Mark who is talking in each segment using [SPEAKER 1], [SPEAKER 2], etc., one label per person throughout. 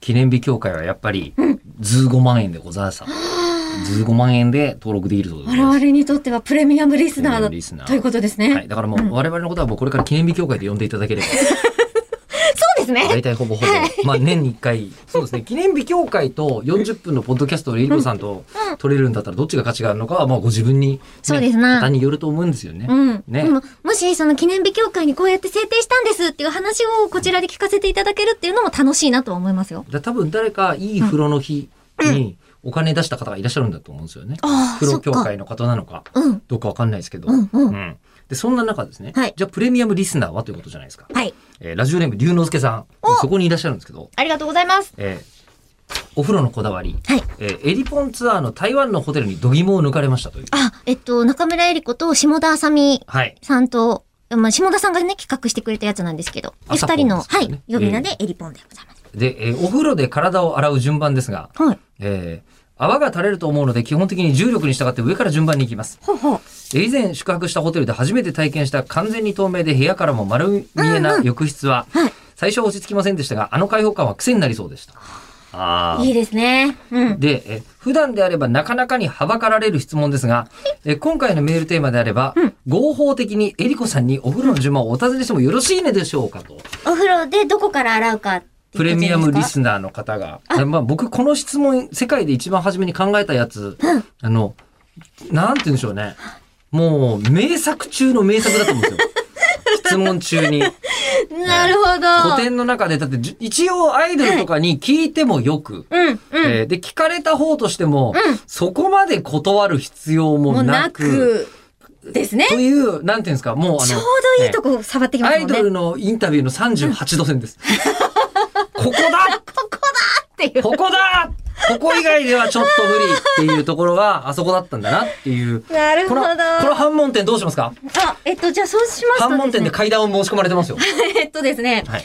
[SPEAKER 1] 記念日協会はやっぱり、ず5万円でございました。ず5万円で登録できるということ
[SPEAKER 2] 我
[SPEAKER 1] でございま
[SPEAKER 2] 々
[SPEAKER 1] す。
[SPEAKER 2] にとってはプレミアムリスナ
[SPEAKER 1] プ
[SPEAKER 2] ー
[SPEAKER 1] レミアムリスナ
[SPEAKER 2] だ
[SPEAKER 1] ー
[SPEAKER 2] ということですね。
[SPEAKER 1] はい。だからもう、我々のことはもうこれから記念日協会で呼んでいただければ。
[SPEAKER 2] そうですね。
[SPEAKER 1] 大体ほぼほ ぼ。まあ年に1回。そうですね。記念日協会と40分のポッドキャストをリリコさんと取れるんだったらどっちが価値があるのかはまあご自分に、ね、
[SPEAKER 2] そうですな
[SPEAKER 1] 方によると思うんですよね。
[SPEAKER 2] うん。
[SPEAKER 1] ね
[SPEAKER 2] でも、もし、その記念日協会にこうやって制定したんですっていう話をこちらで聞かせていただけるっていうのも楽しいなとは思いますよ。
[SPEAKER 1] だ多分誰かいい風呂の日にお金出した方がいらっしゃるんだと思うんですよね。
[SPEAKER 2] ああ、
[SPEAKER 1] 風
[SPEAKER 2] そ
[SPEAKER 1] 呂
[SPEAKER 2] っ
[SPEAKER 1] 協
[SPEAKER 2] か。
[SPEAKER 1] 会の方なのか
[SPEAKER 2] うん。
[SPEAKER 1] どうかわかんないですけど。
[SPEAKER 2] うんうん
[SPEAKER 1] んで、そんな中ですね。
[SPEAKER 2] はい
[SPEAKER 1] じゃあプレミアムリスナーはということじゃないですか。
[SPEAKER 2] はい。
[SPEAKER 1] えーラジオネーム龍之介さん。そこにいらっしゃるんですけど、
[SPEAKER 2] ありがとうございます。
[SPEAKER 1] えーお風呂のこだわり。
[SPEAKER 2] はい。
[SPEAKER 1] えーエリポンツアーの台湾のホテルに度肝を抜かれましたという。
[SPEAKER 2] あ、えっと、中村えり子と下田あさみ
[SPEAKER 1] はい。
[SPEAKER 2] さんと、まあ、下田さんがね、企画してくれたやつなんですけど、で
[SPEAKER 1] 朝
[SPEAKER 2] 二人の、
[SPEAKER 1] ポ
[SPEAKER 2] は
[SPEAKER 1] ンですね
[SPEAKER 2] い、呼び名でえりぽんでございます。
[SPEAKER 1] で、えーお風呂で体を洗う順番ですが、
[SPEAKER 2] はい。
[SPEAKER 1] えー泡が垂れると思うので基本的に重力に従って上から順番に行きます。
[SPEAKER 2] ほうほう。
[SPEAKER 1] えー以前宿泊したホテルで初めて体験した完全に透明で部屋からも丸見えな浴室は、
[SPEAKER 2] はい
[SPEAKER 1] 最初は落ち着きませんでしたが、あの開放感は癖になりそうでした。あー
[SPEAKER 2] いいですね。うん。
[SPEAKER 1] で、え普段であればなかなかにはばかられる質問ですが、え今回のメールテーマであれば、合法的にえりこさんにお風呂の順番をお尋ねしてもよろしいのでしょうかと、
[SPEAKER 2] お風呂でどこから洗うかっていう
[SPEAKER 1] プレミアムリ
[SPEAKER 2] ナ
[SPEAKER 1] スナーの方が、えまあ、僕この質問、世界で一番初めに考えたやつ、あの、なんて言うんでしょうね。もう、名作中の名作だと思うんで すよ。質問中に。
[SPEAKER 2] ー。 なるほど。
[SPEAKER 1] 古典の中で、だってじゅ、一応アイドルとかに聞いてもよく、
[SPEAKER 2] うん、うん。
[SPEAKER 1] えーで、聞かれた方としても、
[SPEAKER 2] うん
[SPEAKER 1] そこまで断る必要
[SPEAKER 2] も
[SPEAKER 1] も
[SPEAKER 2] う
[SPEAKER 1] な
[SPEAKER 2] な
[SPEAKER 1] く、
[SPEAKER 2] く、ですね。
[SPEAKER 1] という、なんていうんですか、もうあの、
[SPEAKER 2] ちょうどいいとこ触ってき
[SPEAKER 1] えー
[SPEAKER 2] ます
[SPEAKER 1] ア
[SPEAKER 2] も
[SPEAKER 1] イ
[SPEAKER 2] んね。
[SPEAKER 1] ドルのインタビューの38度線 です。ここだ
[SPEAKER 2] ここだっていう。
[SPEAKER 1] ここだここ以外ではちょっと無理っていうところは、あそこだったんだなっていう。
[SPEAKER 2] なるほ
[SPEAKER 1] こ
[SPEAKER 2] ど。
[SPEAKER 1] の、この反問点どうしますか
[SPEAKER 2] あ、えっと、じゃあそうしますとですね。
[SPEAKER 1] 反問点で階段を申し込まれてますよ。
[SPEAKER 2] えっとですね、
[SPEAKER 1] はい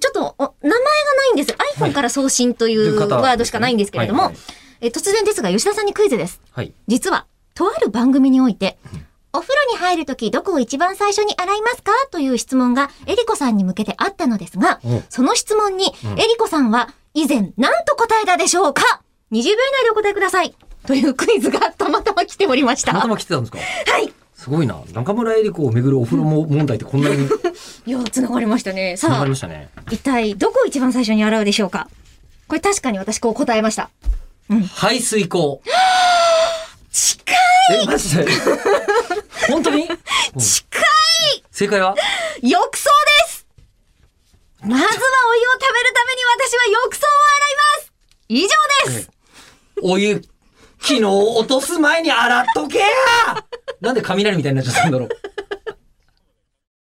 [SPEAKER 2] ちょっとお名前がないんです。
[SPEAKER 1] はい
[SPEAKER 2] iPhone から送信という
[SPEAKER 1] という方は
[SPEAKER 2] ワードしかないんですけれども、
[SPEAKER 1] はいはい
[SPEAKER 2] え突然ですが、吉田さんにクイズです。
[SPEAKER 1] はい。
[SPEAKER 2] 実は、とある番組において、お風呂に入るときどこを一番最初に洗いますかという質問がえりこさんに向けてあったのですが
[SPEAKER 1] お、
[SPEAKER 2] その質問
[SPEAKER 1] ん
[SPEAKER 2] に、えりこさんは以前何と答えたでしょうか ?20 秒以内でお答えください。というクイズがたまたま来ておりました
[SPEAKER 1] た。また
[SPEAKER 2] は
[SPEAKER 1] ま来てたんですか
[SPEAKER 2] い。
[SPEAKER 1] すごいな。中村江里子をめぐるお風呂も問題ってこんなに
[SPEAKER 2] いや、繋がりましたね。
[SPEAKER 1] 繋
[SPEAKER 2] さ
[SPEAKER 1] が
[SPEAKER 2] あ
[SPEAKER 1] りま、したね。
[SPEAKER 2] 一体どこを一番最初に洗うでしょうかこれ確かに私こう答えました。
[SPEAKER 1] 排水口。
[SPEAKER 2] 近
[SPEAKER 1] え、マジで本当に
[SPEAKER 2] 近
[SPEAKER 1] 正解はい
[SPEAKER 2] 浴槽ですまずはお湯を食べるために私は浴槽を洗います以上です
[SPEAKER 1] お湯、昨日落とす前に洗っとけやなんで雷みたいになっちゃったんだろう。